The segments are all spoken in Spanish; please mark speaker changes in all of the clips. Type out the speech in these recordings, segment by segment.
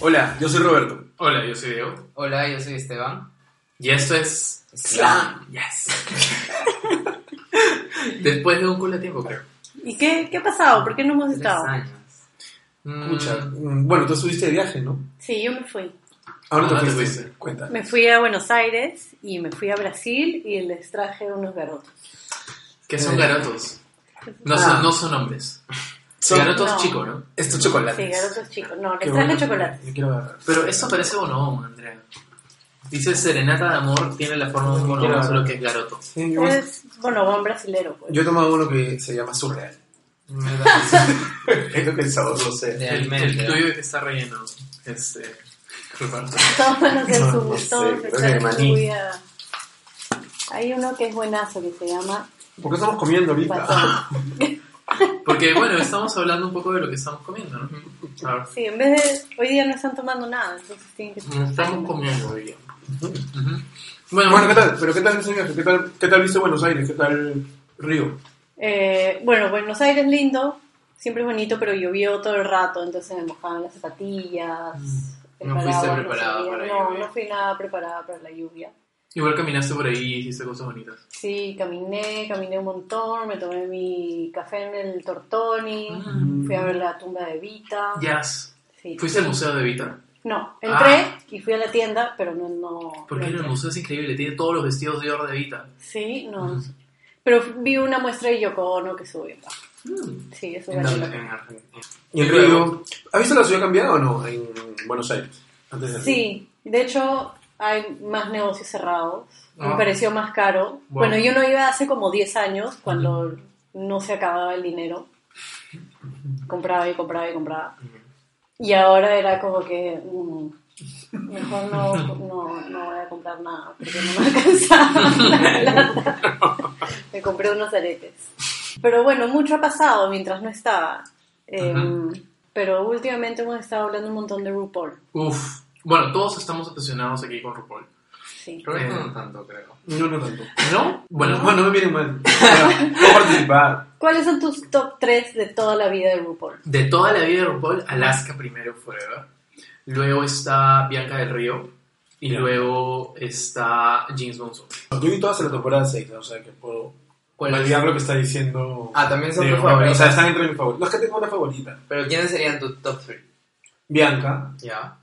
Speaker 1: Hola, yo soy Roberto.
Speaker 2: Hola, yo soy Diego.
Speaker 3: Hola, yo soy Esteban.
Speaker 2: Y esto es
Speaker 3: Slam.
Speaker 2: Yes. Después de un culo de tiempo, creo.
Speaker 4: ¿Y qué, qué ha pasado? ¿Por qué no hemos
Speaker 3: Tres
Speaker 4: estado?
Speaker 3: años.
Speaker 1: Escucha,
Speaker 2: Mm,
Speaker 1: mm, bueno, tú estuviste de viaje, ¿no?
Speaker 4: Sí, yo me fui.
Speaker 1: Ahora
Speaker 2: Ah,
Speaker 1: te
Speaker 2: te
Speaker 1: fuiste.
Speaker 2: fuiste.
Speaker 1: Cuenta.
Speaker 4: Me fui a Buenos Aires y me fui a Brasil y les traje unos garotos.
Speaker 2: Que son
Speaker 1: Eh.
Speaker 2: garotos. No,
Speaker 1: Ah.
Speaker 2: son, no son hombres.
Speaker 1: Son
Speaker 2: garotos
Speaker 4: No.
Speaker 2: chicos, ¿no?
Speaker 1: estos chocolates.
Speaker 4: Sí, garotos chicos. No,
Speaker 1: Qué
Speaker 4: les traje
Speaker 1: bueno.
Speaker 4: chocolate.
Speaker 1: Yo quiero agarrar.
Speaker 2: Pero esto parece bonón, Andrea. Dice serenata de amor, tiene la forma de un bonón,
Speaker 1: Claro.
Speaker 2: solo que es garoto.
Speaker 1: Sí, yo,
Speaker 4: Es, bueno, un brasilero. Pues.
Speaker 1: yo he tomado uno que se llama Surreal. Creo que el sabor lo sé.
Speaker 3: De
Speaker 2: El, el
Speaker 3: almendra.
Speaker 2: tuyo que está relleno. Este. Roberto.
Speaker 4: Todos van a hacer
Speaker 1: No,
Speaker 4: su
Speaker 1: no
Speaker 4: gusto.
Speaker 1: sé,
Speaker 4: se
Speaker 1: creo
Speaker 4: traen
Speaker 1: que
Speaker 4: su
Speaker 1: maní.
Speaker 4: cuida- Hay uno que es buenazo que se llama
Speaker 1: ¿Por qué estamos comiendo ahorita?
Speaker 4: Patón.
Speaker 2: Porque bueno, estamos hablando un poco de lo que estamos comiendo, ¿no? A ver.
Speaker 4: Sí, en vez de. Hoy día no están tomando nada, entonces tienen que.
Speaker 2: Estamos comiendo hoy día.
Speaker 1: Ujú.
Speaker 2: Ujú. Bueno,
Speaker 1: Ah, Bueno, ¿qué tal? ¿Pero qué tal ese viaje? ¿Qué tal, qué tal viste Buenos Aires? ¿Qué tal Río?
Speaker 4: Eh, bueno, Buenos Aires lindo, siempre es bonito, pero llovió todo el rato, entonces me mojaban las zapatillas.
Speaker 2: Mm.
Speaker 4: el
Speaker 2: No fuiste
Speaker 4: paraguas,
Speaker 2: preparada
Speaker 4: sabía.
Speaker 2: para la
Speaker 4: No,
Speaker 2: lluvia.
Speaker 4: no fui nada preparada para la lluvia.
Speaker 2: Igual caminaste por ahí y hiciste cosas bonitas.
Speaker 4: Sí, caminé, caminé un montón, me tomé mi café en el Tortoni,
Speaker 2: Ah.
Speaker 4: fui a ver la tumba de Vita.
Speaker 2: Jazz.
Speaker 4: Sí.
Speaker 2: ¿Fuiste al Museo de Vita?
Speaker 4: No, entré
Speaker 2: Ah.
Speaker 4: y fui a la tienda, pero no... no
Speaker 2: Porque
Speaker 4: no
Speaker 2: el
Speaker 4: entré.
Speaker 2: museo es increíble, tiene todos los vestidos de oro de Vita.
Speaker 4: Sí, no.
Speaker 2: Ujú.
Speaker 4: Pero vi una muestra de Yoko Ono que subió. Sí, eso
Speaker 2: En
Speaker 4: valió la
Speaker 2: dónde?
Speaker 4: pena.
Speaker 2: En Argentina.
Speaker 1: ¿Y en Río? ¿Has visto la ciudad cambiada o no en Buenos Aires? Antes de Río.
Speaker 4: Sí, de hecho hay más negocios cerrados.
Speaker 2: Ah.
Speaker 4: Me pareció más caro.
Speaker 2: Wow.
Speaker 4: Bueno, yo no iba hace como 10 años cuando no se acababa el dinero. Compraba y compraba y compraba. Y ahora era como que mm, mejor no, no, no voy a comprar nada porque no me alcanzaba la plata. Me compré unos aretes. Pero bueno, mucho ha pasado mientras no estaba. Em, Pero últimamente hemos estado hablando un montón de RuPaul.
Speaker 2: Uf. Bueno, todos estamos obsesionados aquí con RuPaul.
Speaker 4: Sí.
Speaker 3: Roberto
Speaker 2: Eh.
Speaker 3: no tanto, creo.
Speaker 1: No, no tanto.
Speaker 2: ¿No? Bueno,
Speaker 1: no, no me miren mal. Bueno, puedo participar.
Speaker 4: ¿Cuáles son tus top 3 de toda la vida de RuPaul?
Speaker 2: de toda la vida de RuPaul, Alaska primero fue, ¿verdad? Luego está Bianca del Río. Y
Speaker 1: Ya.
Speaker 2: luego está James Bonson.
Speaker 1: Yo vi todas en la temporada 6, o sea que puedo validar lo que está diciendo.
Speaker 3: Ah, también son
Speaker 1: Diego,
Speaker 3: tus
Speaker 1: O sea,
Speaker 3: favoritas.
Speaker 1: están entre mis favoritos. Los que tengo una favorita:
Speaker 3: Pero ¿quiénes serían tus top 3?
Speaker 1: Bianca,
Speaker 3: Ya.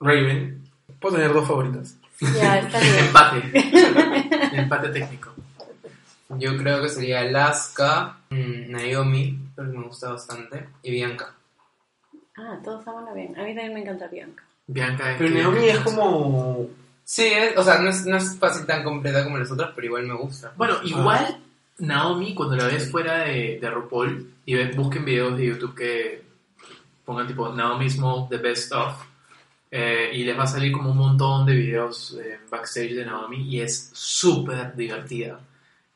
Speaker 1: Raven. Puedo tener dos favoritas.
Speaker 4: Ya, está bien.
Speaker 2: Empate. Empate técnico.
Speaker 3: Yo creo que sería Alaska, mm, Naomi, creo que me gusta bastante, y Bianca.
Speaker 4: Ah, todos aman a Bianca. A mí también me encanta Bianca.
Speaker 2: Bianca
Speaker 1: Pero Naomi es como.
Speaker 3: Sí, es- o sea, no es, no es fácil tan completa como las otras, pero igual me gusta.
Speaker 2: Bueno, igual Naomi, cuando la ves fuera de, de RuPaul y ves, busquen videos de YouTube que pongan tipo Naomi Smoke, The Best Of, eh, y les va a salir como un montón de videos eh, backstage de Naomi y es súper divertida.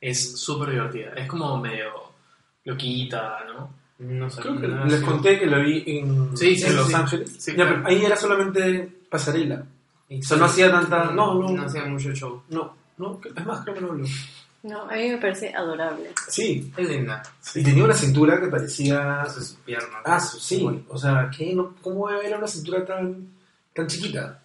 Speaker 2: Es súper divertida. Es como medio loquita, ¿no?
Speaker 3: No sé.
Speaker 2: Creo que
Speaker 3: no
Speaker 1: Les
Speaker 3: sé.
Speaker 1: conté que la vi en,
Speaker 2: Sí, sí,
Speaker 1: en Los
Speaker 2: sí.
Speaker 1: Ángeles.
Speaker 2: Sí,
Speaker 1: Ya,
Speaker 2: claro.
Speaker 1: pero ahí era solamente pasarela.
Speaker 3: Y
Speaker 1: O sea, no hacía tanta. No, no.
Speaker 3: No hacía mucho show.
Speaker 1: No, no, es más, creo que no habló.
Speaker 4: No, a mí me parece adorable.
Speaker 1: Sí,
Speaker 3: Es linda.
Speaker 1: y tenía una cintura que parecía.
Speaker 3: Sus piernas.
Speaker 1: Ah, su- sí, o sea, ¿qué? No- ¿cómo era una cintura tan, tan chiquita?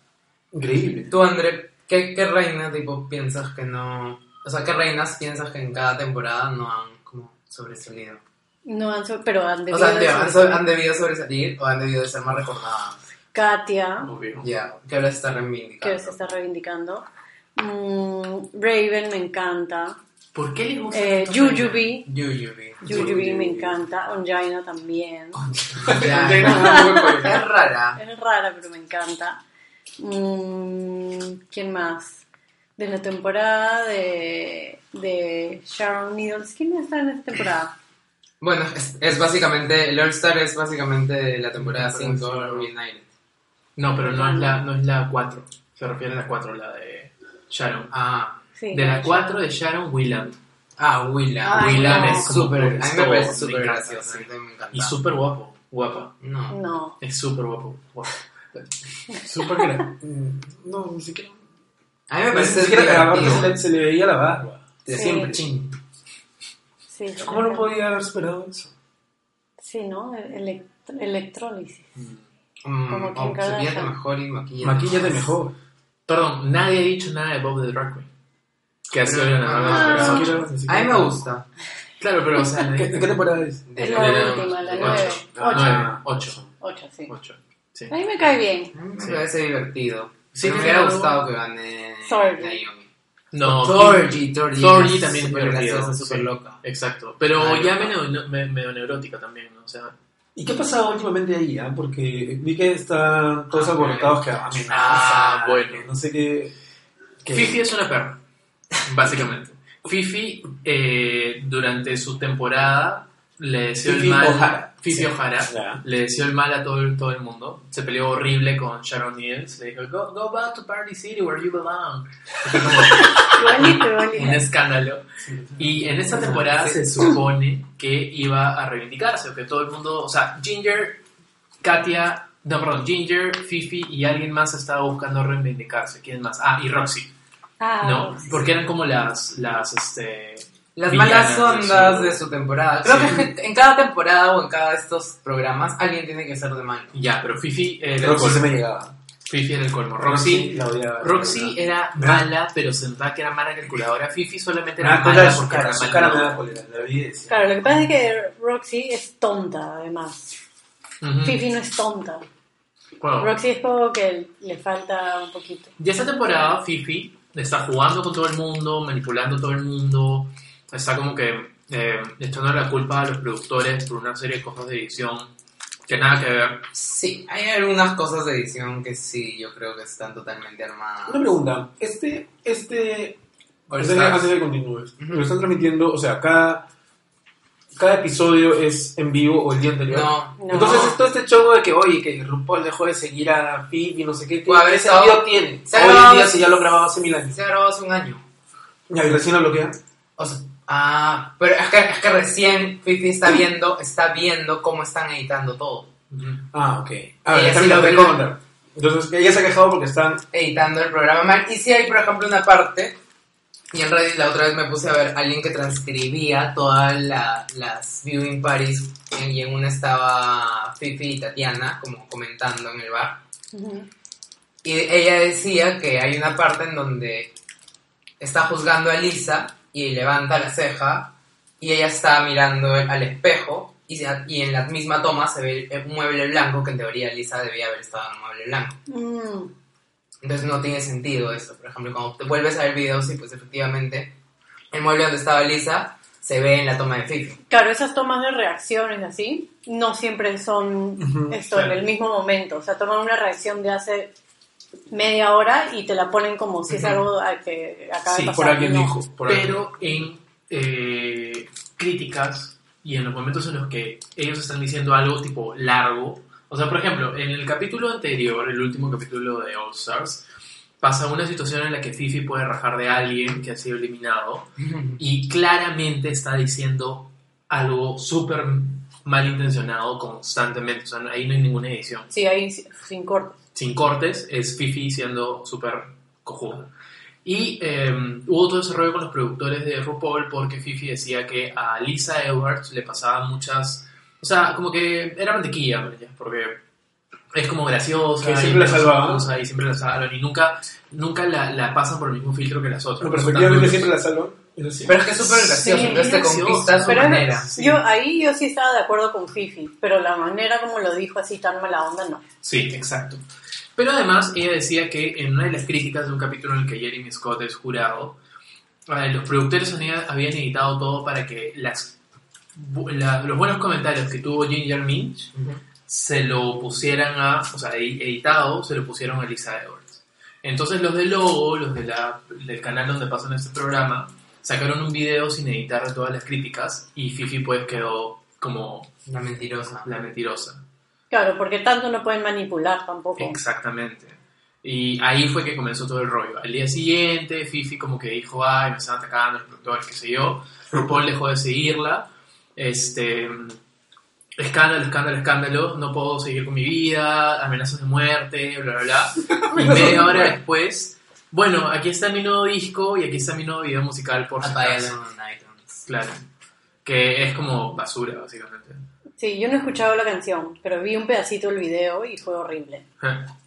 Speaker 1: Increíble.
Speaker 3: Tú, André, ¿qué, ¿qué reina tipo piensas que no... O sea, ¿qué reinas piensas que en cada temporada no han como sobresalido?
Speaker 4: No han so- pero han
Speaker 3: o
Speaker 4: debido
Speaker 3: sea, han,
Speaker 4: de
Speaker 3: han-
Speaker 4: ser-
Speaker 3: han debido sobresalir o han debido de ser más recordadas.
Speaker 4: Katia,
Speaker 2: Obvio.
Speaker 3: Ya, que ahora se está reivindicando.
Speaker 4: que se está reivindicando. Mm, Raven me encanta.
Speaker 2: ¿Por qué le gusta?
Speaker 4: Eh,
Speaker 2: tanto Naomi?
Speaker 4: Jujubee.
Speaker 3: Yuyubi.
Speaker 4: Jujubee me encanta. Onjaina también.
Speaker 3: Ya,
Speaker 2: Tengo
Speaker 3: es
Speaker 2: un hueco ahí.
Speaker 3: rara.
Speaker 4: Es rara, pero me encanta. Mm, ¿Quién más? De la temporada de, de Sharon Needles. ¿Quién está en esta temporada?
Speaker 3: Bueno, es, es básicamente... El All-Star es básicamente la temporada 5 Reunited.
Speaker 2: No, pero no es la, no es la 4. Se refiere a la 4, la de Sharon.
Speaker 3: Ah,
Speaker 4: Sí,
Speaker 2: de la
Speaker 4: Sharon.
Speaker 2: 4 de Sharon Wheeland.
Speaker 3: ah Willa.
Speaker 4: Ay,
Speaker 3: Willa
Speaker 4: no.
Speaker 3: es súper... A mí me
Speaker 2: Esto
Speaker 3: parece
Speaker 2: me
Speaker 3: súper
Speaker 2: encanta,
Speaker 3: graciosa.
Speaker 2: sí.
Speaker 3: a mí Me encanta.
Speaker 2: Y súper guapo, guapa.
Speaker 3: No.
Speaker 4: No.
Speaker 2: Es súper guapo. guapo.
Speaker 1: Súper que era. Mm, No, ni siquiera.
Speaker 3: A mí me
Speaker 1: Ni
Speaker 3: parece
Speaker 1: siquiera que la barba
Speaker 3: divertido.
Speaker 1: se le, se le veía la barba.
Speaker 3: De
Speaker 4: Sí.
Speaker 3: siempre, ching.
Speaker 4: Sí,
Speaker 1: ¿Cómo no podía haber esperado eso?
Speaker 4: Sí, ¿no? Elect- electrólisis.
Speaker 3: Mm,
Speaker 4: Como Kim
Speaker 3: o cepillate
Speaker 4: Kardashian.
Speaker 3: mejor y maquillate.
Speaker 1: Maquillate
Speaker 3: más.
Speaker 1: mejor.
Speaker 2: Perdón, nadie ha dicho nada de Bob the Drag Queen. Que ha sido
Speaker 3: Pero-
Speaker 2: la nada
Speaker 4: Ah.
Speaker 2: más.
Speaker 1: Ni
Speaker 2: pero-
Speaker 1: siquiera- ni siquiera-
Speaker 3: A mí me gusta.
Speaker 2: Claro, pero o sea.
Speaker 1: ¿Qué, ¿Qué temporada es?
Speaker 4: Es
Speaker 3: De-
Speaker 4: la
Speaker 2: Era-
Speaker 4: última, la
Speaker 2: ocho.
Speaker 4: nueve. Ocho.
Speaker 2: Nueve, ocho.
Speaker 4: Ocho, sí.
Speaker 2: Ocho. Sí.
Speaker 4: A mí me cae bien.
Speaker 3: A mí me
Speaker 2: Sí.
Speaker 3: parece divertido.
Speaker 2: Sí,
Speaker 3: Sí, me
Speaker 2: tiene
Speaker 3: hubiera
Speaker 2: algo-
Speaker 3: gustado que gané
Speaker 4: Sorry.
Speaker 3: Naomi.
Speaker 2: No,
Speaker 3: Torgy, Torgy.
Speaker 2: Torgy también es
Speaker 3: súper
Speaker 2: divertido,
Speaker 3: graciosa,
Speaker 2: sí.
Speaker 3: súper loca.
Speaker 2: Exacto. Pero
Speaker 3: Ah,
Speaker 2: ya
Speaker 3: no.
Speaker 2: medio, me- medio neurótica también, ¿no? O sea.
Speaker 1: ¿Y qué ha pasado últimamente ahí? ah? Porque vi que están todos alborotados que amenazan.
Speaker 2: Ah, bueno.
Speaker 1: que No sé qué. que-
Speaker 2: Fifi es una perra, básicamente. Fifi, eh, durante su temporada, le deseó
Speaker 1: Fifi
Speaker 2: el mal.
Speaker 1: O'Hara.
Speaker 2: Fifi
Speaker 1: Sí.
Speaker 2: O'Hara.
Speaker 1: Ya.
Speaker 2: Le deseó el mal a todo el, todo el mundo. Se peleó horrible con Sharon Needles. Le dijo, go, go back to Party City where you belong. Y fue como
Speaker 4: Igualito,
Speaker 2: un
Speaker 4: igualito.
Speaker 2: escándalo. Y en esta temporada se supone que iba a reivindicarse, o que todo el mundo, o sea, Ginger, Katia, no, perdón, Ginger, Fifi y alguien más estaba buscando reivindicarse. ¿Quién más? Ah, y Roxy.
Speaker 4: Ah,
Speaker 2: No,
Speaker 4: sí.
Speaker 2: porque eran como las, las, este...
Speaker 3: Las
Speaker 2: villanas
Speaker 3: malas ondas
Speaker 2: su-
Speaker 3: de su temporada. Creo
Speaker 2: Sí.
Speaker 3: que en cada temporada o en cada de estos programas alguien tiene que ser de malo.
Speaker 2: Ya, pero Fifi era el
Speaker 1: Roxy se
Speaker 2: colmo.
Speaker 1: me llegaba.
Speaker 2: Fifi era el colmo. Roxy,
Speaker 1: la odiaba. Ah.
Speaker 2: Roxy era mala, pero se notaba que era mala calculadora. Fifi solamente
Speaker 1: Me da
Speaker 2: era mala
Speaker 1: cólera Ah, su
Speaker 2: porque
Speaker 1: cara,
Speaker 2: era
Speaker 1: su cara me da
Speaker 2: mala.
Speaker 1: cólera, la vi decir.
Speaker 4: Claro, lo que pasa es que Roxy es tonta, además.
Speaker 2: Ujú.
Speaker 4: Fifi no es tonta.
Speaker 2: Bueno,
Speaker 4: Roxy es como que le falta un poquito.
Speaker 2: Y esta temporada Fifi está jugando con todo el mundo, manipulando a todo el mundo, está como que eh, echándole la culpa a los productores por una serie de cosas de edición que nada que ver.
Speaker 3: Sí, hay algunas cosas de edición que sí, yo creo que están totalmente armadas.
Speaker 1: Una pregunta. Este. este
Speaker 3: All
Speaker 1: antes de-
Speaker 3: Stars.
Speaker 1: antes de que continúes.
Speaker 3: Ujú.
Speaker 1: Lo están transmitiendo, o sea, cada. Cada episodio es en vivo o el día anterior.
Speaker 3: No,
Speaker 4: No.
Speaker 1: Entonces, es todo este chongo de que, oye, que RuPaul dejó de seguir a Phoebe, no sé qué,
Speaker 3: Puede haber
Speaker 1: ¿qué
Speaker 3: estado-
Speaker 1: sentido tiene?
Speaker 3: Se ha
Speaker 1: Hoy en
Speaker 3: grabado-
Speaker 1: día, si ya lo grababa hace mil años.
Speaker 3: se ha grabado hace un año.
Speaker 1: Ya, y recién lo bloquean.
Speaker 3: O sea, ah, pero es que, es que recién Fifi está viendo, está viendo cómo están editando todo.
Speaker 1: Ah, ok. A ver,
Speaker 3: Ella
Speaker 1: también
Speaker 3: sí lo
Speaker 1: te
Speaker 3: ve.
Speaker 1: voy a contar. Entonces, ella se ha quejado porque están...
Speaker 3: editando el programa mal. Y si hay, por ejemplo, una parte, y en Reddit la otra vez me puse a ver alguien que transcribía todas la- las viewing parties, y en una estaba Fifi y Tatiana, como comentando en el bar.
Speaker 4: Ujú.
Speaker 3: Y ella decía que hay una parte en donde está juzgando a Lisa y levanta la ceja y ella está mirando el- al espejo y, se- y en la misma toma se ve el- un mueble blanco que en teoría Lisa debía haber estado en un mueble blanco.
Speaker 4: Mm,
Speaker 3: Entonces no tiene sentido eso. Por ejemplo, cuando te vuelves a ver videos y pues efectivamente el mueble donde estaba Lisa se ve en la toma de Fifi.
Speaker 4: Claro, esas tomas de reacciones así no siempre son
Speaker 1: Ujú,
Speaker 4: esto
Speaker 2: claro.
Speaker 4: en el mismo momento. O sea, toman una reacción de hace media hora y te la ponen como si es
Speaker 3: Ujú.
Speaker 4: algo a- que acaba
Speaker 1: Sí,
Speaker 4: de pasar.
Speaker 1: por alguien
Speaker 4: No.
Speaker 1: dijo. Por alguien.
Speaker 2: Pero en eh, críticas y en los momentos en los que ellos están diciendo algo tipo largo, o sea, por ejemplo, en el capítulo anterior, el último capítulo de All Stars, pasa una situación en la que Fifi puede rajar de alguien que ha sido eliminado y claramente está diciendo algo súper malintencionado constantemente, o sea, ahí no hay ninguna edición
Speaker 4: Sí, ahí sí- sin cortes.
Speaker 2: sin cortes, es Fifi siendo súper cojuda. Y eh, hubo todo ese rollo con los productores de RuPaul porque Fifi decía que a Lisa Edwards le pasaban muchas... O sea, como que era mantequilla, ¿me entiendes? porque es como graciosa
Speaker 1: Que
Speaker 2: y
Speaker 1: siempre la
Speaker 2: menos
Speaker 1: salvaban.
Speaker 2: famosa y siempre la salvan y nunca, nunca la, la pasan por el mismo filtro que las otras.
Speaker 1: No,
Speaker 2: No,
Speaker 1: pero efectivamente siempre la salvan. Eso sí.
Speaker 3: Pero es que es súper gracioso,
Speaker 4: Sí,
Speaker 3: entonces te
Speaker 2: gracioso.
Speaker 3: conquista a su
Speaker 4: Pero
Speaker 3: manera.
Speaker 2: sí.
Speaker 4: yo ahí yo sí estaba de acuerdo con Fifi, pero la manera como lo dijo así tan mala onda no.
Speaker 2: Sí, exacto. Pero además ella decía que en una de las críticas de un capítulo en el que Jeremy Scott es jurado, eh, los productores habían habían editado todo para que las, bu- la- los buenos comentarios que tuvo Ginger Minch
Speaker 3: Ujú.
Speaker 2: se lo pusieran a, o sea, ed- editado, se lo pusieron a Lisa Edwards. Entonces los de Logo, los de la- del canal donde pasan este programa, sacaron un video sin editar de todas las críticas y Fifi pues quedó como
Speaker 3: Una mentirosa.
Speaker 2: la mentirosa.
Speaker 4: Claro, porque tanto no pueden manipular tampoco.
Speaker 2: Exactamente. Y ahí fue que comenzó todo el rollo. Al día siguiente, Fifi como que dijo, ay, me están atacando los productores, qué sé yo. RuPaul dejó de seguirla. Este, escándalo, escándalo, escándalo. No puedo seguir con mi vida, amenazas de muerte, bla, bla, bla. Y media hora después, bueno, aquí está mi nuevo disco y aquí está mi nuevo video musical por si
Speaker 3: Apágalo
Speaker 2: acaso.
Speaker 3: en iTunes.
Speaker 2: Claro. que es como basura, básicamente.
Speaker 4: Sí, yo no he escuchado la canción, pero vi un pedacito del video y fue horrible.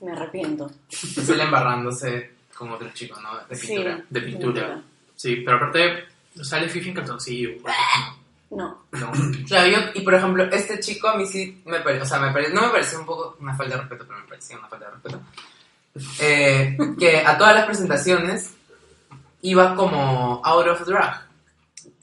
Speaker 4: Me arrepiento.
Speaker 3: Sale embarrándose con otro chico, ¿no? De pintura.
Speaker 4: Sí,
Speaker 2: De pintura. Sí, pero aparte sale Fifi en calzoncillo. porque
Speaker 4: No.
Speaker 2: es como-
Speaker 3: Claro, yo- y por ejemplo, este chico a mí sí me pareció, o sea, me pare- no me pareció un poco una falta de respeto, pero me parecía una falta de respeto. Eh, que a todas las presentaciones iba como out of drag.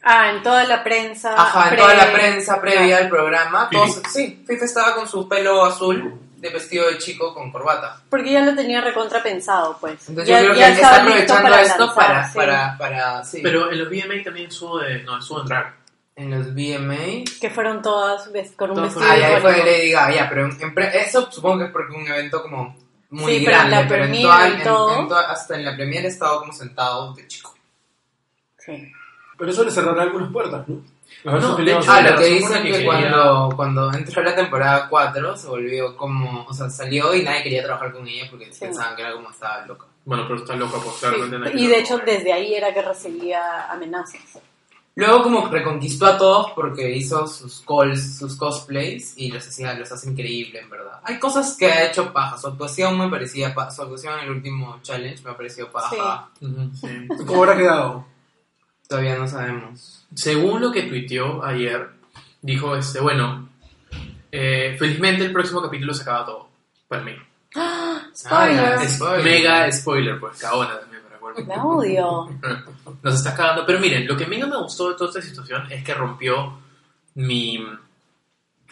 Speaker 4: Ah, en toda la prensa.
Speaker 3: Ajá, en
Speaker 4: pre-
Speaker 3: toda la prensa previa
Speaker 4: Claro.
Speaker 3: al programa.
Speaker 2: Fifi.
Speaker 3: todos- sí, Fifi estaba con su pelo azul de vestido de chico con corbata.
Speaker 4: Porque ya lo tenía recontrapensado, pues.
Speaker 3: Entonces
Speaker 4: ya,
Speaker 3: yo creo
Speaker 4: ya
Speaker 3: que él está
Speaker 4: estaba listo
Speaker 3: aprovechando esto
Speaker 4: lanzar,
Speaker 3: para,
Speaker 4: sí.
Speaker 3: para, para, sí.
Speaker 2: Pero en los VMA también estuvo de, no, estuvo en drag.
Speaker 3: en los VMA
Speaker 4: Que fueron todas ves- con un
Speaker 2: Todas
Speaker 4: vestido.
Speaker 2: fueron-
Speaker 3: Ah, ya, ahí
Speaker 4: igual,
Speaker 3: fue
Speaker 4: ¿no?
Speaker 3: Lady Gaga, ya, pero en- en pre- eso supongo que es porque es un evento como muy
Speaker 4: Sí, pero en
Speaker 3: grande,
Speaker 4: la
Speaker 3: pero en
Speaker 4: premier
Speaker 3: toda,
Speaker 4: y
Speaker 3: en-
Speaker 4: todo.
Speaker 3: en toda- hasta en la premier he estado como sentado de chico.
Speaker 4: Sí.
Speaker 1: Pero eso le cerrará algunas puertas, ¿no? A ver
Speaker 2: No,
Speaker 1: si
Speaker 2: de
Speaker 1: peleamos.
Speaker 2: hecho,
Speaker 3: Ah,
Speaker 2: la
Speaker 3: lo que
Speaker 2: razón por
Speaker 3: dicen
Speaker 2: la
Speaker 3: que,
Speaker 2: que quería-
Speaker 3: cuando, cuando entró la temporada 4 se volvió como, o sea, salió y nadie quería trabajar con ella porque
Speaker 4: Sí.
Speaker 3: pensaban que era como estaba loca.
Speaker 2: Bueno, pero está loco, pues
Speaker 4: Sí.
Speaker 2: claramente no hay que
Speaker 4: Y de hecho,
Speaker 2: hablar con él.
Speaker 4: desde ahí era que recibía amenazas.
Speaker 3: Luego como reconquistó a todos porque hizo sus calls, sus cosplays y los hacía, los hace increíble en verdad. Hay cosas que ha hecho paja, su actuación me parecía paja, su actuación en el último challenge me pareció paja.
Speaker 4: Sí.
Speaker 2: Ujú, sí.
Speaker 1: ¿Cómo habrá quedado?
Speaker 3: Todavía no sabemos.
Speaker 2: Según lo que tuiteó ayer, dijo este, bueno, eh, felizmente el próximo capítulo se acaba todo. Para mí.
Speaker 4: Spoiler.
Speaker 3: Ah,
Speaker 2: Es
Speaker 3: Spoiler.
Speaker 2: mega spoiler, pues cagona también, me recuerdo.
Speaker 4: La odio.
Speaker 2: Nos está cagando. Pero miren, lo que menos me gustó de toda esta situación es que rompió mi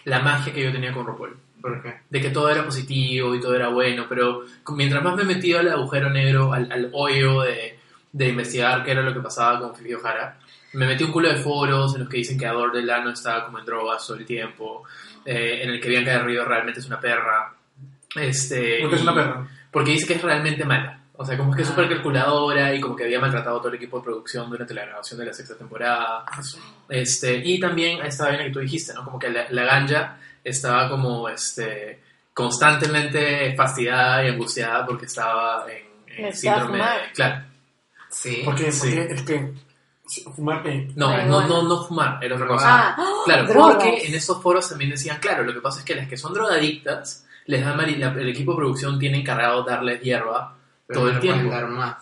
Speaker 2: la magia que yo tenía con RuPaul.
Speaker 3: ¿Por qué?
Speaker 2: De que todo era positivo y todo era bueno, pero mientras más me metía al agujero negro, al, al hoyo de, de investigar qué era lo que pasaba con Fifi O'Hara, me metí un culo de foros en los que dicen que Ador Delano estaba como en drogas todo el tiempo, eh, en el que Bianca de Río realmente es una perra. Este,
Speaker 1: Porque es una
Speaker 2: y-
Speaker 1: perra.
Speaker 2: porque dice que es realmente mala. O sea, como que es
Speaker 4: Ah.
Speaker 2: súper calculadora y como que había maltratado a todo el equipo de producción durante la grabación de la sexta temporada. Este, y también esta vaina que tú dijiste, ¿no? Como que la, la ganja estaba como este, constantemente fastidiada y angustiada porque estaba en, en
Speaker 4: Necesitaba
Speaker 2: síndrome.
Speaker 4: fumar.
Speaker 2: Claro.
Speaker 3: Sí.
Speaker 1: ¿Por qué?
Speaker 2: Sí.
Speaker 1: Porque es que si- fumar eh,
Speaker 2: No, no,
Speaker 4: Marihuana.
Speaker 2: no, no fumar, era otra cosa.
Speaker 4: Ah, ¡ah!
Speaker 2: Claro,
Speaker 4: drogas.
Speaker 2: porque en esos foros también decían, claro, lo que pasa es que las que son drogadictas, les da mari- la- el equipo de producción tiene encargado darles hierba
Speaker 3: Pero
Speaker 2: todo el
Speaker 3: no le pueden
Speaker 2: tiempo.
Speaker 3: dar más.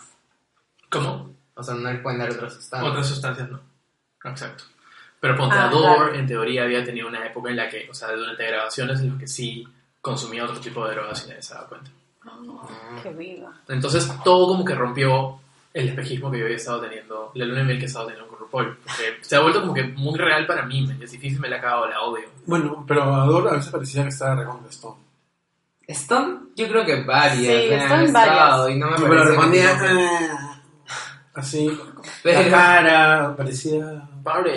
Speaker 2: ¿Cómo?
Speaker 3: O sea, no le pueden dar otras sustancias.
Speaker 2: Otras sustancias no. Exacto. Pero ponte
Speaker 4: Ah,
Speaker 2: Ador,
Speaker 4: claro.
Speaker 2: en teoría, había tenido una época en la que, o sea, durante grabaciones en las que sí consumía otro tipo de drogas y nadie se daba cuenta.
Speaker 3: Ah.
Speaker 4: Qué viva.
Speaker 2: Entonces, todo como que rompió el espejismo que yo había estado teniendo, la luna de miel que he estado teniendo con RuPaul. Porque se ha vuelto como que muy real para mí, man. es difícil, me la cago, la odio.
Speaker 1: Bueno, pero Ador a veces parecía que estaba recontra Stone.
Speaker 3: Están, yo creo que varias.
Speaker 4: Sí,
Speaker 3: me
Speaker 4: están
Speaker 3: han estado Y no me
Speaker 1: Ah, Pero
Speaker 3: parece
Speaker 1: respondía
Speaker 3: que-
Speaker 1: "Ah", así, la
Speaker 3: Pero-
Speaker 1: cara, parecía...
Speaker 2: Party.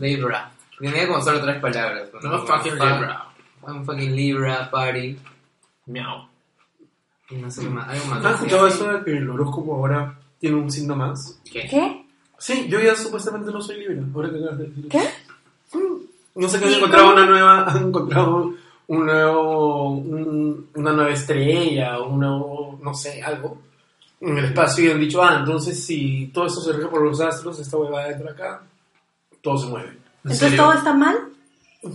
Speaker 3: Libra. Tenía como solo tres palabras.
Speaker 2: No
Speaker 3: Como
Speaker 2: fucking
Speaker 3: fuck,
Speaker 2: Libra.
Speaker 3: I'm fucking Libra, party.
Speaker 2: Miau.
Speaker 3: Y no sé qué más. Algo más.
Speaker 1: ¿No ¿Has escuchado eso de que el horóscopo ahora tiene un signo más?
Speaker 4: ¿Qué?
Speaker 1: Sí, yo ya supuestamente no soy libre. Ahora que acabas de decirlo.
Speaker 4: ¿Qué?
Speaker 1: No sé que han
Speaker 4: ¿Y
Speaker 1: encontrado
Speaker 4: cómo?
Speaker 1: una nueva, han encontrado un nuevo, un- una nueva estrella, un nuevo, no sé, algo en el espacio y han dicho, ah, entonces si todo esto se rige por los astros, esta huevada entra acá, todo se mueve.
Speaker 2: ¿En
Speaker 4: Entonces
Speaker 2: serio?
Speaker 4: todo está mal,
Speaker 1: No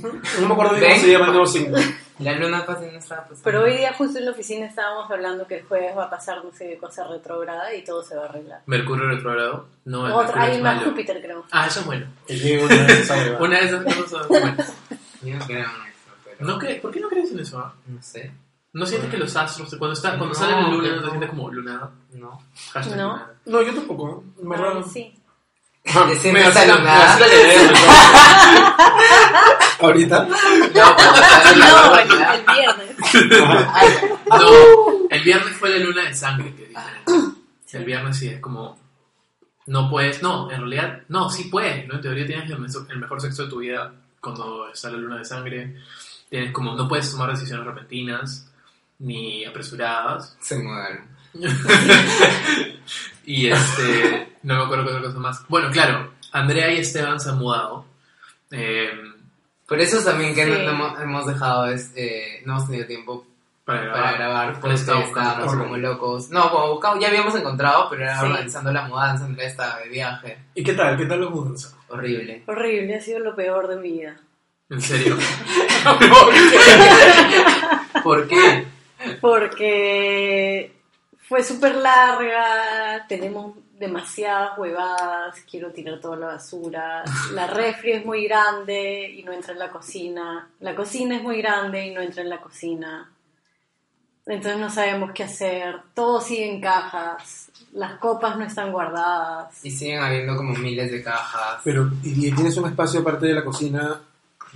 Speaker 1: me acuerdo bien cómo
Speaker 3: ¿Ven?
Speaker 1: se llama el nuevo signo.
Speaker 3: La luna fácil no estaba pues, pasando.
Speaker 4: pero hoy día justo en la oficina estábamos hablando que el jueves va a pasar no sé qué cosa retrograda y todo se va a arreglar.
Speaker 2: Mercurio retrogrado. No, el
Speaker 4: Otra,
Speaker 2: Mercurio
Speaker 4: hay
Speaker 2: es
Speaker 4: más
Speaker 2: malo.
Speaker 4: Júpiter creo.
Speaker 2: Ah, eso es bueno.
Speaker 1: Que llegue una vez esa huevada.
Speaker 2: Una de esas cosas son buenas.
Speaker 3: Yo no creo en eso, pero.
Speaker 2: ¿No cre- ¿Por qué no crees en eso? ah?
Speaker 3: No sé.
Speaker 2: ¿No sientes que los astros, cuando, está, cuando
Speaker 3: No,
Speaker 2: sale la luna, no
Speaker 3: que
Speaker 2: te
Speaker 3: no.
Speaker 2: sientes como lunada?
Speaker 3: No.
Speaker 2: Hashtag
Speaker 4: No.
Speaker 2: lunada.
Speaker 1: No, yo tampoco. ¿eh? En verdad.
Speaker 4: Ah, sí.
Speaker 3: Te sientes
Speaker 1: Me hace la- me
Speaker 3: alunada.
Speaker 1: hace la idea. Ahorita.
Speaker 3: No,
Speaker 4: No, el viernes.
Speaker 2: No, el viernes fue la luna de sangre que dicen. El viernes sí es como. No puedes, no, en realidad, no, sí puedes, ¿no? En teoría tienes el, meso- el mejor sexo de tu vida cuando está la luna de sangre. Tienes como, no puedes tomar decisiones repentinas ni apresuradas.
Speaker 3: Se mudaron.
Speaker 2: Y este, no me acuerdo qué otra cosa más. Bueno, claro, Andrea y Esteban se han mudado. Eh,
Speaker 3: Por eso es también que
Speaker 4: Sí.
Speaker 3: no, no este, hemos- hemos dejado, es, eh, no hemos tenido tiempo
Speaker 2: para grabar.
Speaker 3: para grabar porque
Speaker 2: Estaba buscando
Speaker 3: estábamos
Speaker 1: correo.
Speaker 3: como locos. No, como buscamos, ya habíamos encontrado, pero era
Speaker 4: Sí.
Speaker 3: organizando la mudanza, Andrea estaba de viaje.
Speaker 1: ¿Y qué tal? ¿Qué tal los mundos?
Speaker 3: Horrible.
Speaker 4: Horrible, ha sido lo peor de mi vida.
Speaker 2: En serio.
Speaker 3: ¿Por qué?
Speaker 4: Porque fue súper larga, tenemos demasiadas huevadas, quiero tirar toda la basura, la refri es muy grande y no entra en la cocina, la cocina es muy grande y no entra en la cocina, entonces no sabemos qué hacer, todo sigue en cajas, las copas no están guardadas.
Speaker 3: Y siguen habiendo como miles de cajas.
Speaker 1: Pero, ¿y y tienes un espacio aparte de la cocina?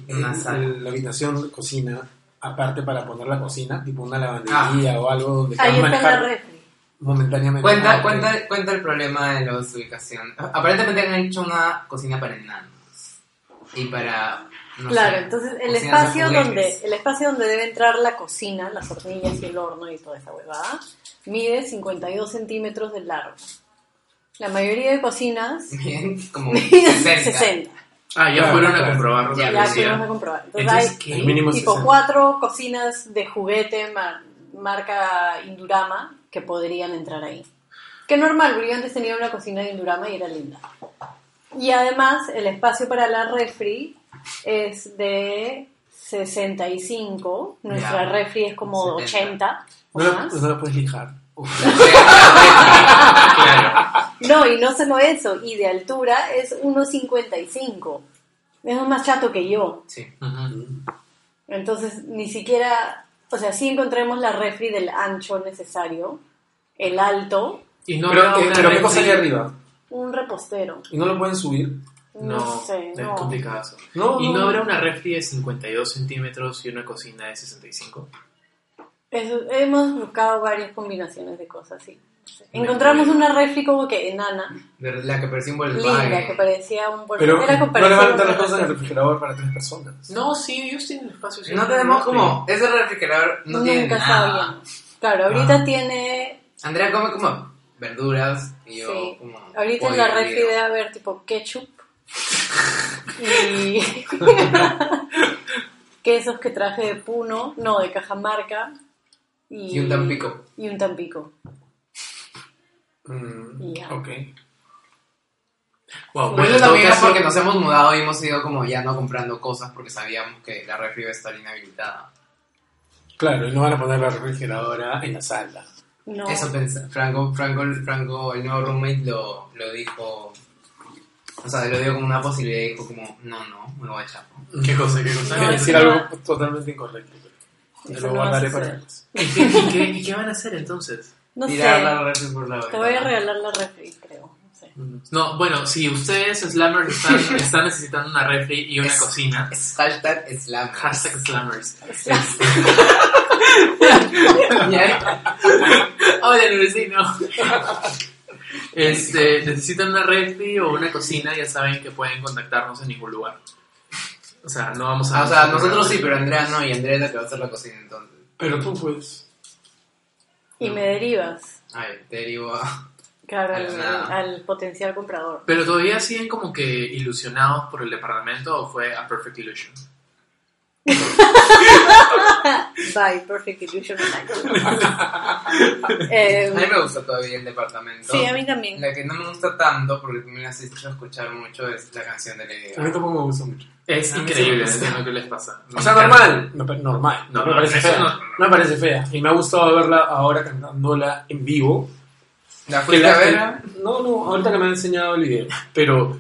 Speaker 3: Una
Speaker 1: en-
Speaker 3: sala.
Speaker 1: en La habitación, cocina, aparte para poner la cocina, tipo una lavandería o algo donde
Speaker 4: Ahí
Speaker 1: puedas
Speaker 4: está la
Speaker 1: manejar
Speaker 4: refri.
Speaker 1: momentáneamente.
Speaker 3: Cuenta,
Speaker 1: Ah, ok.
Speaker 3: cuenta, cuenta el problema de los ubicación. Aparentemente han hecho una cocina para enanos. Y para. no
Speaker 4: Claro,
Speaker 3: sé,
Speaker 4: entonces el
Speaker 3: cocinas de
Speaker 4: espacio,
Speaker 3: juguetes.
Speaker 4: donde, el espacio donde debe entrar la cocina, las hornillas y el horno y toda esa huevada, mide 52 centímetros de largo. La mayoría de cocinas
Speaker 3: Bien, como
Speaker 4: miden
Speaker 3: 60.
Speaker 4: 60.
Speaker 2: Ah, ya
Speaker 1: Claro,
Speaker 2: fueron a
Speaker 1: claro.
Speaker 2: comprobar lo que
Speaker 3: Ya,
Speaker 4: Ya
Speaker 2: decía.
Speaker 4: fuimos a comprobar. Entonces,
Speaker 2: Entonces,
Speaker 4: hay
Speaker 2: ¿qué?
Speaker 1: El mínimo es
Speaker 4: tipo
Speaker 1: 60.
Speaker 4: cuatro cocinas de juguete ma- marca Indurama que podrían entrar ahí. Que normal, porque yo antes tenía una cocina de Indurama y era linda. Y además, el espacio para la refri es de 65. Nuestra
Speaker 3: Ya.
Speaker 4: refri es como
Speaker 3: 70.
Speaker 4: 80. o
Speaker 1: No la,
Speaker 4: más.
Speaker 1: no la puedes lijar.
Speaker 2: Claro.
Speaker 4: No, y no solo eso, y de altura es 1,55. Es más chato que yo.
Speaker 3: Sí.
Speaker 2: Ujú.
Speaker 4: Entonces, ni siquiera, o sea, sí encontremos la refri del ancho necesario, el alto,
Speaker 2: Y no
Speaker 1: pero,
Speaker 2: habrá
Speaker 1: ¿qué-
Speaker 2: una
Speaker 1: pero ¿qué
Speaker 2: refri-
Speaker 1: cosa hay arriba?
Speaker 4: un repostero.
Speaker 1: ¿Y no lo pueden subir?
Speaker 4: No, sé,
Speaker 2: es
Speaker 4: no.
Speaker 2: complicado eso.
Speaker 1: No,
Speaker 2: ¿Y
Speaker 1: no,
Speaker 2: no
Speaker 1: no.
Speaker 2: habrá una refri de 52 centímetros y una cocina de 65?
Speaker 4: Eso- hemos buscado varias combinaciones de cosas, sí. Encontramos una refri como que enana,
Speaker 3: De La que parecía un Volkswagen.
Speaker 4: linda, que parecía un buen...
Speaker 1: Pero
Speaker 4: era
Speaker 1: no
Speaker 4: comparecido a
Speaker 1: levantan
Speaker 4: un
Speaker 1: las cosas en el
Speaker 4: repostero.
Speaker 1: refrigerador para tres personas.
Speaker 2: No, sí, ellos tienen espacio. sí.
Speaker 3: No tenemos como. Ese refrigerador no tiene
Speaker 4: Nunca
Speaker 3: nada.
Speaker 4: sabían. Claro, ahorita
Speaker 2: Ah.
Speaker 4: tiene...
Speaker 3: Andrea come como verduras y yo
Speaker 4: sí.
Speaker 3: como.
Speaker 4: Ahorita en
Speaker 3: pollo
Speaker 4: la refri
Speaker 3: hervido.
Speaker 4: debe haber tipo ketchup y quesos que traje de Puno, no, de Cajamarca y,
Speaker 3: Y un tampico.
Speaker 4: Y un tampico.
Speaker 1: Mm,
Speaker 4: Ya.
Speaker 1: ok.
Speaker 2: Wow,
Speaker 4: Sí.
Speaker 3: Pero
Speaker 2: bueno,
Speaker 3: eso
Speaker 2: en todo
Speaker 3: también es
Speaker 2: caso-
Speaker 3: porque nos hemos mudado y hemos ido como ya no comprando cosas porque sabíamos que la refri iba a estar inhabilitada.
Speaker 1: Claro, y no van a poner la refrigeradora en la sala.
Speaker 4: No.
Speaker 3: Eso pensé. Franco, Franco, Franco, el nuevo roommate lo, lo dijo. O sea, lo dio como una posibilidad y dijo como, no, no, me voy a echar.
Speaker 2: ¿Qué cosa? ¿Qué cosa?
Speaker 4: No,
Speaker 1: Quiero decir
Speaker 4: no.
Speaker 1: algo totalmente incorrecto. Pero
Speaker 4: Eso
Speaker 1: lo
Speaker 4: no va a
Speaker 1: guardaré para
Speaker 4: suceder.
Speaker 1: después.
Speaker 2: ¿Y, qué, y qué- y qué van a hacer entonces?
Speaker 4: No sé.
Speaker 3: Tirar la refri por la
Speaker 4: Te voy a
Speaker 3: ventana.
Speaker 4: regalar la refri, creo. No sé.
Speaker 2: No, bueno, si ustedes, Slammers, están, están necesitando una refri y una
Speaker 3: Es-
Speaker 2: cocina,
Speaker 3: Es hashtag slam.
Speaker 2: hashtag Slammers.
Speaker 3: Ya.
Speaker 2: Hola, el vecino. Este, necesitan una refri o una cocina, ya saben que pueden contactarnos en ningún lugar. O sea, no vamos a...
Speaker 3: Ah, o sea, nosotros sí, pero Andrea no, y Andrea es la que va a hacer la cocina entonces.
Speaker 1: Pero tú, pues.
Speaker 4: Y me derivas,
Speaker 3: Ay, te derivo a...
Speaker 4: claro,
Speaker 3: A la
Speaker 4: al,
Speaker 3: nada.
Speaker 4: al potencial comprador.
Speaker 2: Pero todavía siguen como que ilusionados por el departamento o fue a perfect illusion.
Speaker 4: Bye, perfect illusion.
Speaker 3: A
Speaker 4: Eh,
Speaker 3: mí me gusta todavía el departamento.
Speaker 4: sí, a mí también.
Speaker 3: La que no me gusta tanto, porque tú me has hecho escuchar mucho, es la canción de Lady
Speaker 1: A mí
Speaker 3: Gaga.
Speaker 1: tampoco me gusta mucho.
Speaker 2: Ah, Es
Speaker 3: A mí
Speaker 2: increíble,
Speaker 3: sí me
Speaker 2: entiendo qué les pasa.
Speaker 1: O sea,
Speaker 2: Me encanta.
Speaker 1: normal. No, pero normal.
Speaker 2: No,
Speaker 1: No, me
Speaker 2: no,
Speaker 1: parece
Speaker 2: eso
Speaker 1: fea.
Speaker 2: no,
Speaker 1: No,
Speaker 2: no,
Speaker 1: me parece fea. Y me ha gustado verla ahora cantándola en vivo.
Speaker 3: ¿La
Speaker 1: Que
Speaker 3: fuiste
Speaker 1: la-
Speaker 3: a ver?
Speaker 1: que- no, no, ahorita que me ha enseñado el video. Pero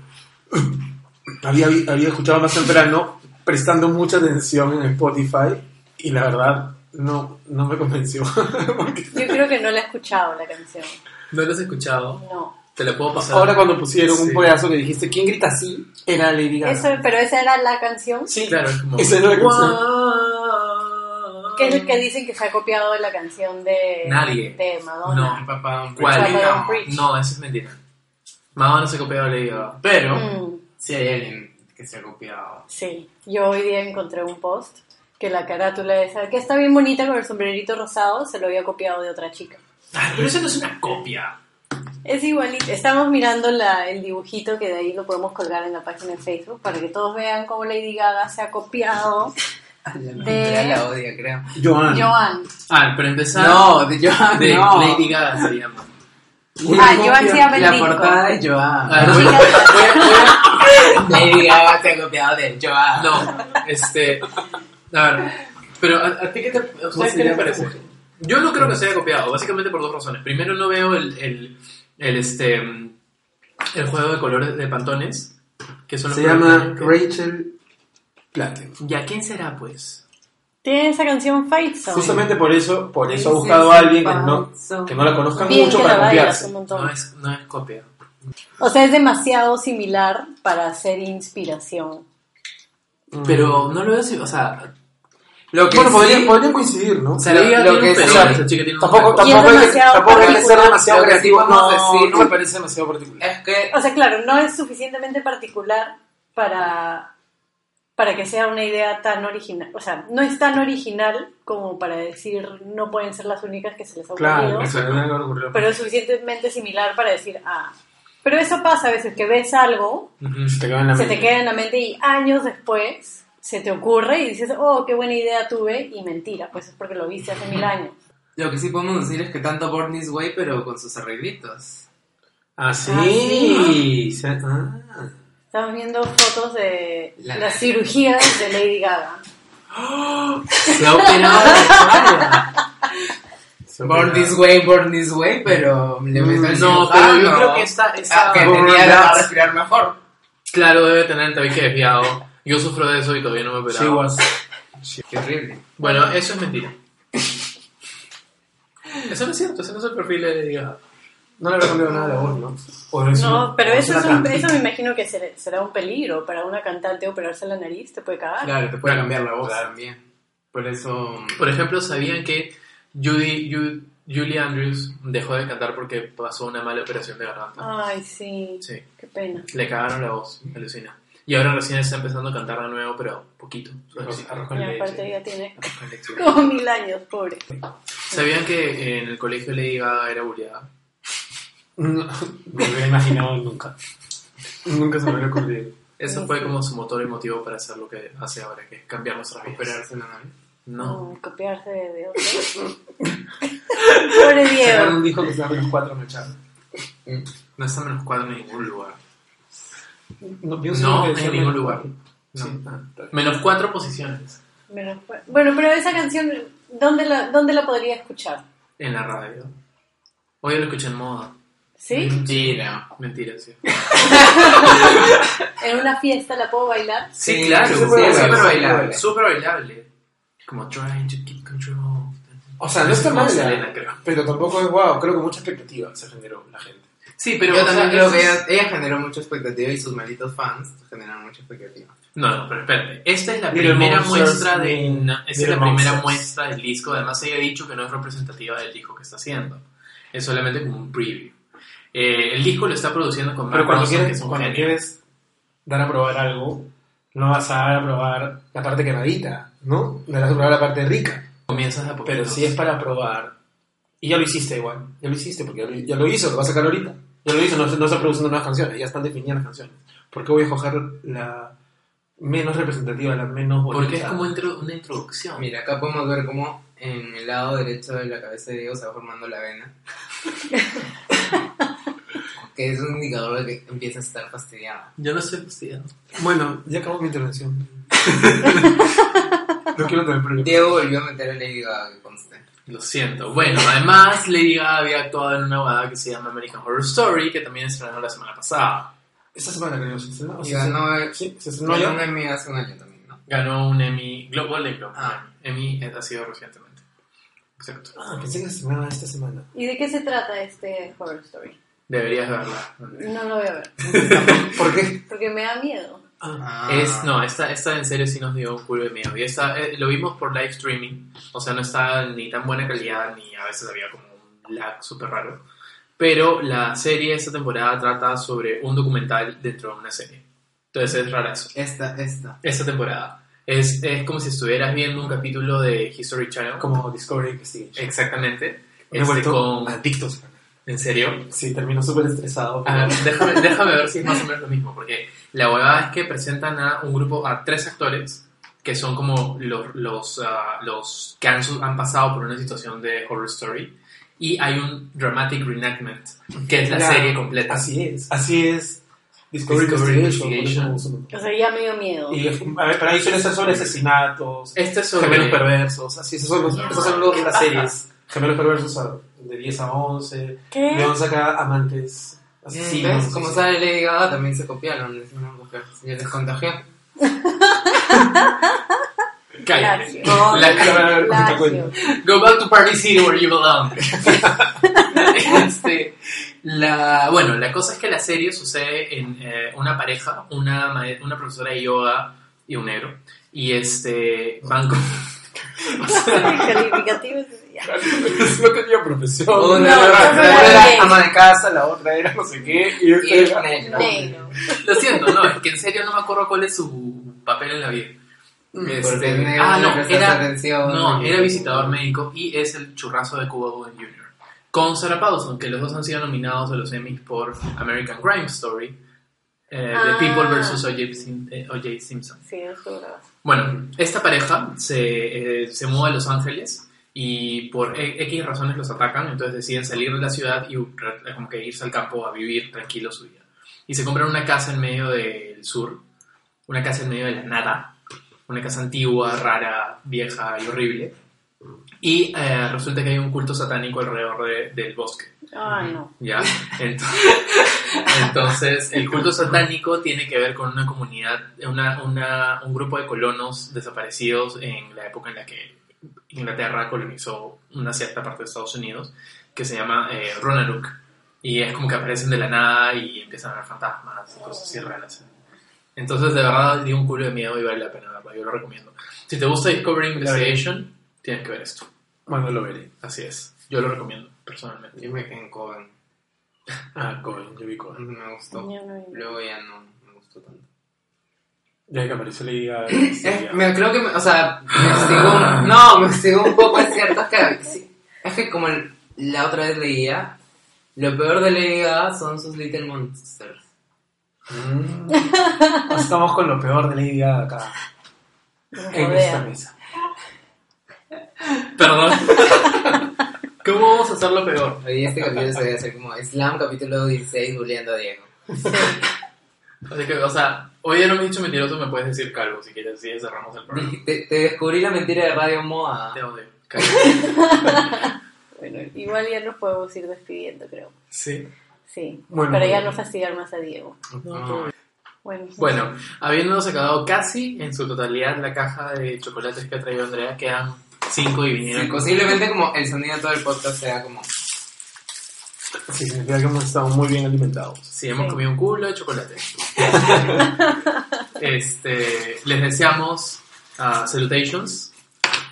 Speaker 1: había, había escuchado más temprano, prestando mucha atención en Spotify. Y la verdad, no, no me convenció. Porque
Speaker 4: Yo creo que no la he escuchado la canción.
Speaker 2: ¿No lo has escuchado?
Speaker 4: No.
Speaker 2: Te lo puedo pasar.
Speaker 1: ahora cuando pusieron un
Speaker 2: Sí.
Speaker 1: pedazo que dijiste, ¿quién grita así? Era Lady Gaga.
Speaker 4: Eso, pero esa era la canción
Speaker 1: Sí,
Speaker 2: Claro, es como...
Speaker 1: Esa era la canción.
Speaker 2: Wow.
Speaker 4: que es el que dicen que se ha copiado de la canción de,
Speaker 2: Nadie.
Speaker 4: de
Speaker 2: No.
Speaker 4: Madonna.
Speaker 3: Mi papá, un
Speaker 2: ¿Cuál?
Speaker 3: preaching,
Speaker 4: Papá,
Speaker 3: no.
Speaker 4: un preaching.
Speaker 2: No, eso es mentira. Mamá no se copió de Lady Gaga.
Speaker 3: Pero,
Speaker 4: Mm.
Speaker 3: si hay alguien que se ha copiado.
Speaker 4: Sí, yo hoy día encontré un post que la carátula esa, que está bien bonita con el sombrerito rosado, se lo había copiado de otra chica.
Speaker 2: Ay, Ah, pero eso no es una copia.
Speaker 4: Es igualito. Estamos mirando la- el dibujito que de ahí lo podemos colgar en la página de Facebook para que todos vean cómo Lady Gaga se ha copiado
Speaker 3: Andrea la odia, creo.
Speaker 1: Joan.
Speaker 5: Joan.
Speaker 2: Ah, para empezar,
Speaker 3: No, de Joan,
Speaker 2: de
Speaker 3: no.
Speaker 2: Lady Gaga se llama.
Speaker 1: Una
Speaker 5: Ah, Joan
Speaker 1: copia.
Speaker 5: se llama el
Speaker 3: La
Speaker 5: disco.
Speaker 3: portada de Joan.
Speaker 2: A ver, voy- voy- voy
Speaker 3: Lady Gaga se ha copiado de
Speaker 2: a-
Speaker 3: Joan.
Speaker 2: no, este. A ver, pero ¿a, a ti qué te, a
Speaker 1: ¿Cómo
Speaker 2: ustedes
Speaker 1: se
Speaker 2: qué les
Speaker 1: llama?
Speaker 2: parece? Yo no creo que se haya copiado, básicamente por dos razones. Primero, no veo el, el, el, este, el juego de colores de pantones, que son los
Speaker 1: Se
Speaker 2: colores
Speaker 1: llama
Speaker 2: que-
Speaker 1: Rachel Platten.
Speaker 2: ¿Y a quién será, pues?
Speaker 4: Tiene esa canción Fight Song.
Speaker 1: Justamente por eso, por eso ha
Speaker 5: Sí,
Speaker 1: buscado a
Speaker 5: sí,
Speaker 1: alguien que
Speaker 5: sí,
Speaker 1: no,
Speaker 5: sí.
Speaker 1: que no la conozca
Speaker 4: Bien
Speaker 1: mucho
Speaker 4: que la
Speaker 1: para
Speaker 4: bailas
Speaker 1: confiarse.
Speaker 4: un montón.
Speaker 2: No es, no es copia.
Speaker 4: O sea, es demasiado similar para ser inspiración.
Speaker 1: Mm.
Speaker 2: Pero no lo veo así, o sea,
Speaker 3: Lo que
Speaker 1: Bueno,
Speaker 3: sí-
Speaker 1: podrían, podrían coincidir, ¿no?
Speaker 2: o sea,
Speaker 3: Lo-
Speaker 2: la-
Speaker 3: lo
Speaker 2: tiene
Speaker 3: que
Speaker 2: un
Speaker 3: sí-
Speaker 2: pezón, esa chica tiene un
Speaker 1: Tampoco,
Speaker 2: pezón.
Speaker 4: Y es
Speaker 1: tampoco hay que-
Speaker 4: demasiado
Speaker 1: tampoco hay que ser
Speaker 4: particular.
Speaker 1: demasiado
Speaker 3: Lo que sí
Speaker 1: creativo.
Speaker 3: podemos
Speaker 1: No,
Speaker 3: decir-
Speaker 1: no me parece demasiado particular.
Speaker 3: Es que
Speaker 4: O sea, claro, no es suficientemente particular para, para que sea una idea tan original. O sea, no es tan original como para decir no pueden ser las únicas que se les ha ocurrido.
Speaker 1: Claro, eso no me ocurrió.
Speaker 4: pero es suficientemente similar para decir, ah. Pero eso pasa a veces, que ves algo,
Speaker 1: Se te quedó en la
Speaker 4: se te
Speaker 1: mente.
Speaker 4: queda en la mente y años después se te ocurre y dices, oh, qué buena idea tuve, y mentira, pues es porque lo viste hace mil años.
Speaker 3: Lo que sí podemos decir es que tanto Born This Way, pero con sus arreglitos.
Speaker 1: Ah, sí.
Speaker 4: Ah, sí.
Speaker 1: Se- ah.
Speaker 4: Estamos viendo fotos de
Speaker 3: La-
Speaker 4: las cirugías de Lady Gaga.
Speaker 2: Se ha operado de cara.
Speaker 1: Se me
Speaker 3: Born
Speaker 1: quedó.
Speaker 3: This Way, Born This Way, pero le meto el
Speaker 2: Mm, No, pero yo creo que esta, esta-
Speaker 3: Ah, que
Speaker 1: Born
Speaker 3: tenía la
Speaker 1: That.
Speaker 3: respirar mejor.
Speaker 2: claro debe tener el tabique desviado. Yo sufro de eso y todavía no me he
Speaker 1: She
Speaker 2: operado.
Speaker 1: was.
Speaker 3: Qué horrible.
Speaker 2: Bueno, eso es mentira. Eso no es cierto, ese no es el perfil de Gaga.
Speaker 1: No le habrá cambiado nada la voz, ¿no? O es
Speaker 4: No,
Speaker 1: una-
Speaker 4: pero
Speaker 1: o
Speaker 4: eso,
Speaker 1: una
Speaker 4: es un,
Speaker 1: trampa.
Speaker 4: eso me imagino que será, será un peligro para una cantante operarse la nariz, te puede cagar.
Speaker 3: Claro, te puede
Speaker 2: Claro,
Speaker 3: cambiar la voz
Speaker 2: claro.
Speaker 3: también. Por eso.
Speaker 2: Por ejemplo, ¿sabían que Judy, Ju- Julie Andrews dejó de cantar porque pasó una mala operación de
Speaker 3: Ah.
Speaker 2: garganta?
Speaker 4: Ay, sí,
Speaker 2: Sí,
Speaker 4: qué pena.
Speaker 2: le cagaron la voz, alucina. Y ahora recién está empezando a cantar de nuevo, pero poquito.
Speaker 1: Arroz- arroz con
Speaker 4: Y
Speaker 1: leche.
Speaker 4: aparte ya tiene
Speaker 2: Arroz con leche.
Speaker 4: como mil años, pobre.
Speaker 2: ¿Sabían que en el colegio Lady Gaga era bulleada?
Speaker 1: No, me hubiera imaginado nunca. Nunca se me hubiera ocurrido.
Speaker 2: Eso fue como su motor y motivo para hacer lo que hace ahora, que es cambiar nuestras vidas.
Speaker 3: Operarse la nariz.
Speaker 2: No.
Speaker 4: Mm, copiarse de, de otro. pobre
Speaker 1: Sacaron
Speaker 4: Diego.
Speaker 1: un disco que se llama Los Cuatro Mechados.
Speaker 2: No está menos cuadro en ningún lugar.
Speaker 1: No, pienso
Speaker 2: No,
Speaker 1: que
Speaker 2: en
Speaker 1: decía
Speaker 2: ningún
Speaker 1: menos
Speaker 2: lugar.
Speaker 1: cuatro.
Speaker 2: No.
Speaker 1: Sí. Ah, está bien.
Speaker 2: Menos cuatro posiciones
Speaker 4: Menos fue- Bueno, pero esa canción, ¿dónde la, dónde la podría escuchar?
Speaker 2: en la radio. Hoy lo escuché en moda.
Speaker 4: ¿Sí?
Speaker 3: Mentira.
Speaker 2: Mentira, sí.
Speaker 4: ¿En una fiesta la puedo bailar?
Speaker 2: Sí,
Speaker 3: Sí,
Speaker 2: claro.
Speaker 1: sí,
Speaker 2: sí,
Speaker 1: súper
Speaker 2: es
Speaker 1: bailable,
Speaker 2: súper
Speaker 1: súper
Speaker 2: bailable.
Speaker 1: bailable.
Speaker 2: Súper bailable. Como trying to keep control.
Speaker 1: O sea, no está
Speaker 2: Como
Speaker 1: mal, eh,
Speaker 2: Selena, creo.
Speaker 1: pero tampoco es guau. Creo que mucha expectativa se generó la gente.
Speaker 2: Sí, pero.
Speaker 3: yo
Speaker 2: o sea,
Speaker 3: también creo
Speaker 2: eso
Speaker 3: que
Speaker 2: es-
Speaker 3: ella, ella generó mucha expectativa y sus malditos fans generaron mucha expectativa.
Speaker 2: No, no, pero espérate. Esta es la
Speaker 1: Little
Speaker 2: primera
Speaker 1: Monsters,
Speaker 2: muestra de.
Speaker 1: Little-
Speaker 2: no, esta es
Speaker 1: Little
Speaker 2: la primera
Speaker 1: Monsters.
Speaker 2: muestra del disco. Además, ella ha dicho que no es representativa del disco que está haciendo. Es solamente como un preview. Eh, el disco lo está produciendo con
Speaker 1: Pero
Speaker 2: Mark
Speaker 1: cuando
Speaker 2: Ronson, que
Speaker 1: quieres,
Speaker 2: es un
Speaker 1: cuando
Speaker 2: genio.
Speaker 1: quieres dar a probar algo, no vas a dar a probar la parte quemadita, ¿no? Darás a probar la parte rica.
Speaker 2: Comienzas a
Speaker 1: Pero si es para probar, y ya lo hiciste igual, ya lo hiciste, porque ya lo, ya lo hizo, lo vas a sacar ahorita. Ya lo hizo, no, no está produciendo nuevas canciones, ya están definidas las canciones. ¿Por qué voy a coger la menos representativa, la menos bonita?
Speaker 2: Porque es como intro- una introducción.
Speaker 3: Mira, acá podemos ver cómo en el lado derecho de la cabeza de Diego se va formando la vena. que es un indicador de que empieza a estar fastidiado.
Speaker 2: Yo no estoy fastidiado.
Speaker 1: Bueno, ya acabó mi intervención. no quiero tener problemas.
Speaker 3: Diego volvió a meter a Lady Gaga, que conste.
Speaker 2: Lo siento. Bueno, además Lady Gaga había actuado en una boda que se llama American Horror Story, que también estrenó la semana pasada.
Speaker 1: Esta semana creo, ¿se estrenó?
Speaker 3: Y
Speaker 1: ¿O se-
Speaker 3: ganó el-
Speaker 1: Sí, se
Speaker 3: No,
Speaker 1: estrenó
Speaker 3: yo
Speaker 1: ya.
Speaker 3: me envié hace un año también, ¿no?
Speaker 2: Ganó un Emmy, Glo- Golden Globe.
Speaker 3: Ah.
Speaker 2: Emmy eh, ha sido recientemente. Exacto.
Speaker 1: Ah, pensé que se estrenaba esta semana.
Speaker 4: ¿Y de qué se trata este horror story?
Speaker 2: Deberías verla.
Speaker 4: No lo voy a ver,
Speaker 1: ¿Por qué?
Speaker 4: porque me da miedo.
Speaker 3: Ah.
Speaker 2: Es, no, esta, esta en serio sí nos dio un culo de miedo. Y esta, eh, lo vimos por live streaming. O sea, no está ni tan buena calidad, ni a veces había como un lag súper raro. Pero la serie esta temporada trata sobre un documental dentro de una serie. Entonces es rara eso.
Speaker 3: Esta, esta.
Speaker 2: esta temporada. Es, es como si estuvieras viendo un capítulo de History Channel.
Speaker 1: Ah, Como Discovery
Speaker 3: Este,
Speaker 1: Investigation.
Speaker 2: Exactamente.
Speaker 1: Me he
Speaker 2: Este,
Speaker 1: vuelto
Speaker 2: con-
Speaker 1: adictos.
Speaker 2: ¿En serio?
Speaker 1: Sí, termino súper estresado.
Speaker 3: Ah,
Speaker 2: A
Speaker 1: pero-
Speaker 2: ver, Ah, déjame, déjame ver si es más o menos lo mismo, porque la huevada es que presentan a un grupo, a tres actores, que son como los, los, ah, los que han, su- han pasado por una situación de horror story. Y hay un dramatic reenactment, que es la
Speaker 1: Ya.
Speaker 2: serie completa.
Speaker 1: Así es. Así es. Discovery,
Speaker 2: Discovery
Speaker 1: Investigation.
Speaker 2: Investigation.
Speaker 1: por ejemplo.
Speaker 4: O sea, ya me dio miedo.
Speaker 1: Y, a ver, pero ahí suele ser sobre asesinatos,
Speaker 2: Este es sobre...
Speaker 1: gemelos perversos. Así, esos son los, esas son los- las series. Gemelos perversos a- de 10 a 11.
Speaker 4: ¿Qué?
Speaker 1: Le vamos a sacar amantes
Speaker 3: Sí,
Speaker 1: asesinos.
Speaker 3: ¿Eh? Como
Speaker 1: asesinos.
Speaker 3: sabe Lady Gaga, también se copiaron. les- Les contagió.
Speaker 2: Cállate.
Speaker 4: Plagio.
Speaker 2: La-
Speaker 4: Plagio.
Speaker 2: Go back to Party City where you belong. Este, la, bueno, la cosa es que la serie sucede en eh, una pareja, una, ma- una profesora de yoga y un negro. Y este, van con... O sea,
Speaker 4: Calificativos. ya.
Speaker 1: no tenía profesión.
Speaker 3: Una
Speaker 4: no,
Speaker 3: era-
Speaker 4: no,
Speaker 3: una
Speaker 4: no,
Speaker 3: era
Speaker 4: no.
Speaker 3: ama de casa, la otra era
Speaker 1: No sé qué. Y
Speaker 3: y el
Speaker 1: este-
Speaker 3: negro.
Speaker 4: Negro.
Speaker 2: lo siento, no, es que en serio no me acuerdo cuál es su papel en la vida.
Speaker 3: Mm, Porque el
Speaker 2: Este,
Speaker 3: negro
Speaker 2: ah,
Speaker 3: le
Speaker 2: no,
Speaker 3: prestaste
Speaker 2: era,
Speaker 3: atención.
Speaker 2: No, era visitador médico y es el churrazo de Cuba Gooding Jr. Con Sarah Paulson, que los dos han sido nominados a los Emmys por American Crime Story, eh,
Speaker 4: Ah.
Speaker 2: The People vs. O.J. Sim- eh, O.J. Simpson.
Speaker 4: Sí, eso era.
Speaker 2: Bueno, esta pareja se, eh, se muda a Los Ángeles y por e- X razones los atacan, entonces deciden salir de la ciudad y re- eh, como que irse al campo a vivir tranquilo su vida. Y se compran una casa en medio del sur, una casa en medio de la nada, una casa antigua, rara, vieja y horrible. Y eh, resulta que hay un culto satánico alrededor de- del bosque.
Speaker 4: Ay, Ah, no.
Speaker 2: ¿Ya? Entonces, entonces, el culto satánico tiene que ver con una comunidad, una, una- un grupo de colonos desaparecidos en la época en la que Inglaterra colonizó una cierta parte de Estados Unidos, que se llama eh, Roanoke. Y es como que aparecen de la nada y empiezan a ver fantasmas y cosas así raras. Entonces, de verdad, di un culo de miedo y vale la pena verlo. Yo lo recomiendo. Si te gusta Discovery Investigation, tienes que ver esto.
Speaker 1: Bueno, lo veré.
Speaker 2: Así es. Yo lo recomiendo, personalmente.
Speaker 3: Yo me quedé en Coven.
Speaker 1: Ah, Cohen, yo vi Cohen.
Speaker 3: Me gustó.
Speaker 4: Yo no-
Speaker 3: Luego ya no me gustó tanto.
Speaker 1: Ya que apareció la idea.
Speaker 3: Eh, me, creo que, me, o sea, me hostigó un- no, me hostigó un poco, es cierto, es que, sí, es que como el- la otra vez leía, lo peor de Lady Gaga son sus Little Monsters.
Speaker 1: Mm. Estamos con lo peor de Lady Gaga acá.
Speaker 4: no
Speaker 1: En
Speaker 4: jodea.
Speaker 1: esta mesa.
Speaker 2: Perdón. ¿Cómo vamos a hacerlo peor?
Speaker 3: Hoy este capítulo se debe hacer como Slam capítulo 16, bulleando a Diego.
Speaker 2: Así que, o sea, hoy ya no me he dicho mentiroso, me puedes decir calvo si quieres, si cerramos el programa.
Speaker 3: Te, te descubrí la mentira de Radio Moa.
Speaker 2: Te odio. Cállate.
Speaker 4: Bueno, igual ya nos podemos ir despidiendo, creo.
Speaker 2: Sí. Ah.
Speaker 4: Sí.
Speaker 1: Bueno,
Speaker 4: para ya
Speaker 1: bueno.
Speaker 4: no fastidiar más a Diego. Bueno,
Speaker 2: Bueno, habiéndonos acabado casi en su totalidad la caja de chocolates que ha traído Andrea, quedan cinco y
Speaker 3: Y
Speaker 2: vinieron. con-
Speaker 3: posiblemente como el sonido de todo el podcast sea como...
Speaker 1: Sí, significa que hemos estado muy bien alimentados.
Speaker 2: Sí, hemos
Speaker 4: Sí.
Speaker 2: comido un culo de chocolate. este, les deseamos ah, salutations,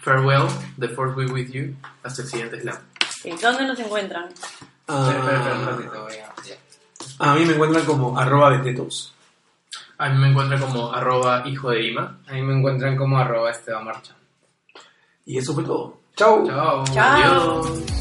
Speaker 2: farewell, the fourth be with you, hasta el siguiente slam.
Speaker 4: ¿y ¿dónde nos encuentran?
Speaker 3: Espera, espera, espera un
Speaker 1: Ah,
Speaker 3: ratito, voy a- ya.
Speaker 1: a mí me encuentran como arroba betetos.
Speaker 2: A mí me encuentra como arroba hijo de Lima.
Speaker 3: A mí me encuentran como arroba Esteban Marcha.
Speaker 1: Y eso fue todo. Chao.
Speaker 3: Chao.
Speaker 4: Chao.
Speaker 2: Adiós.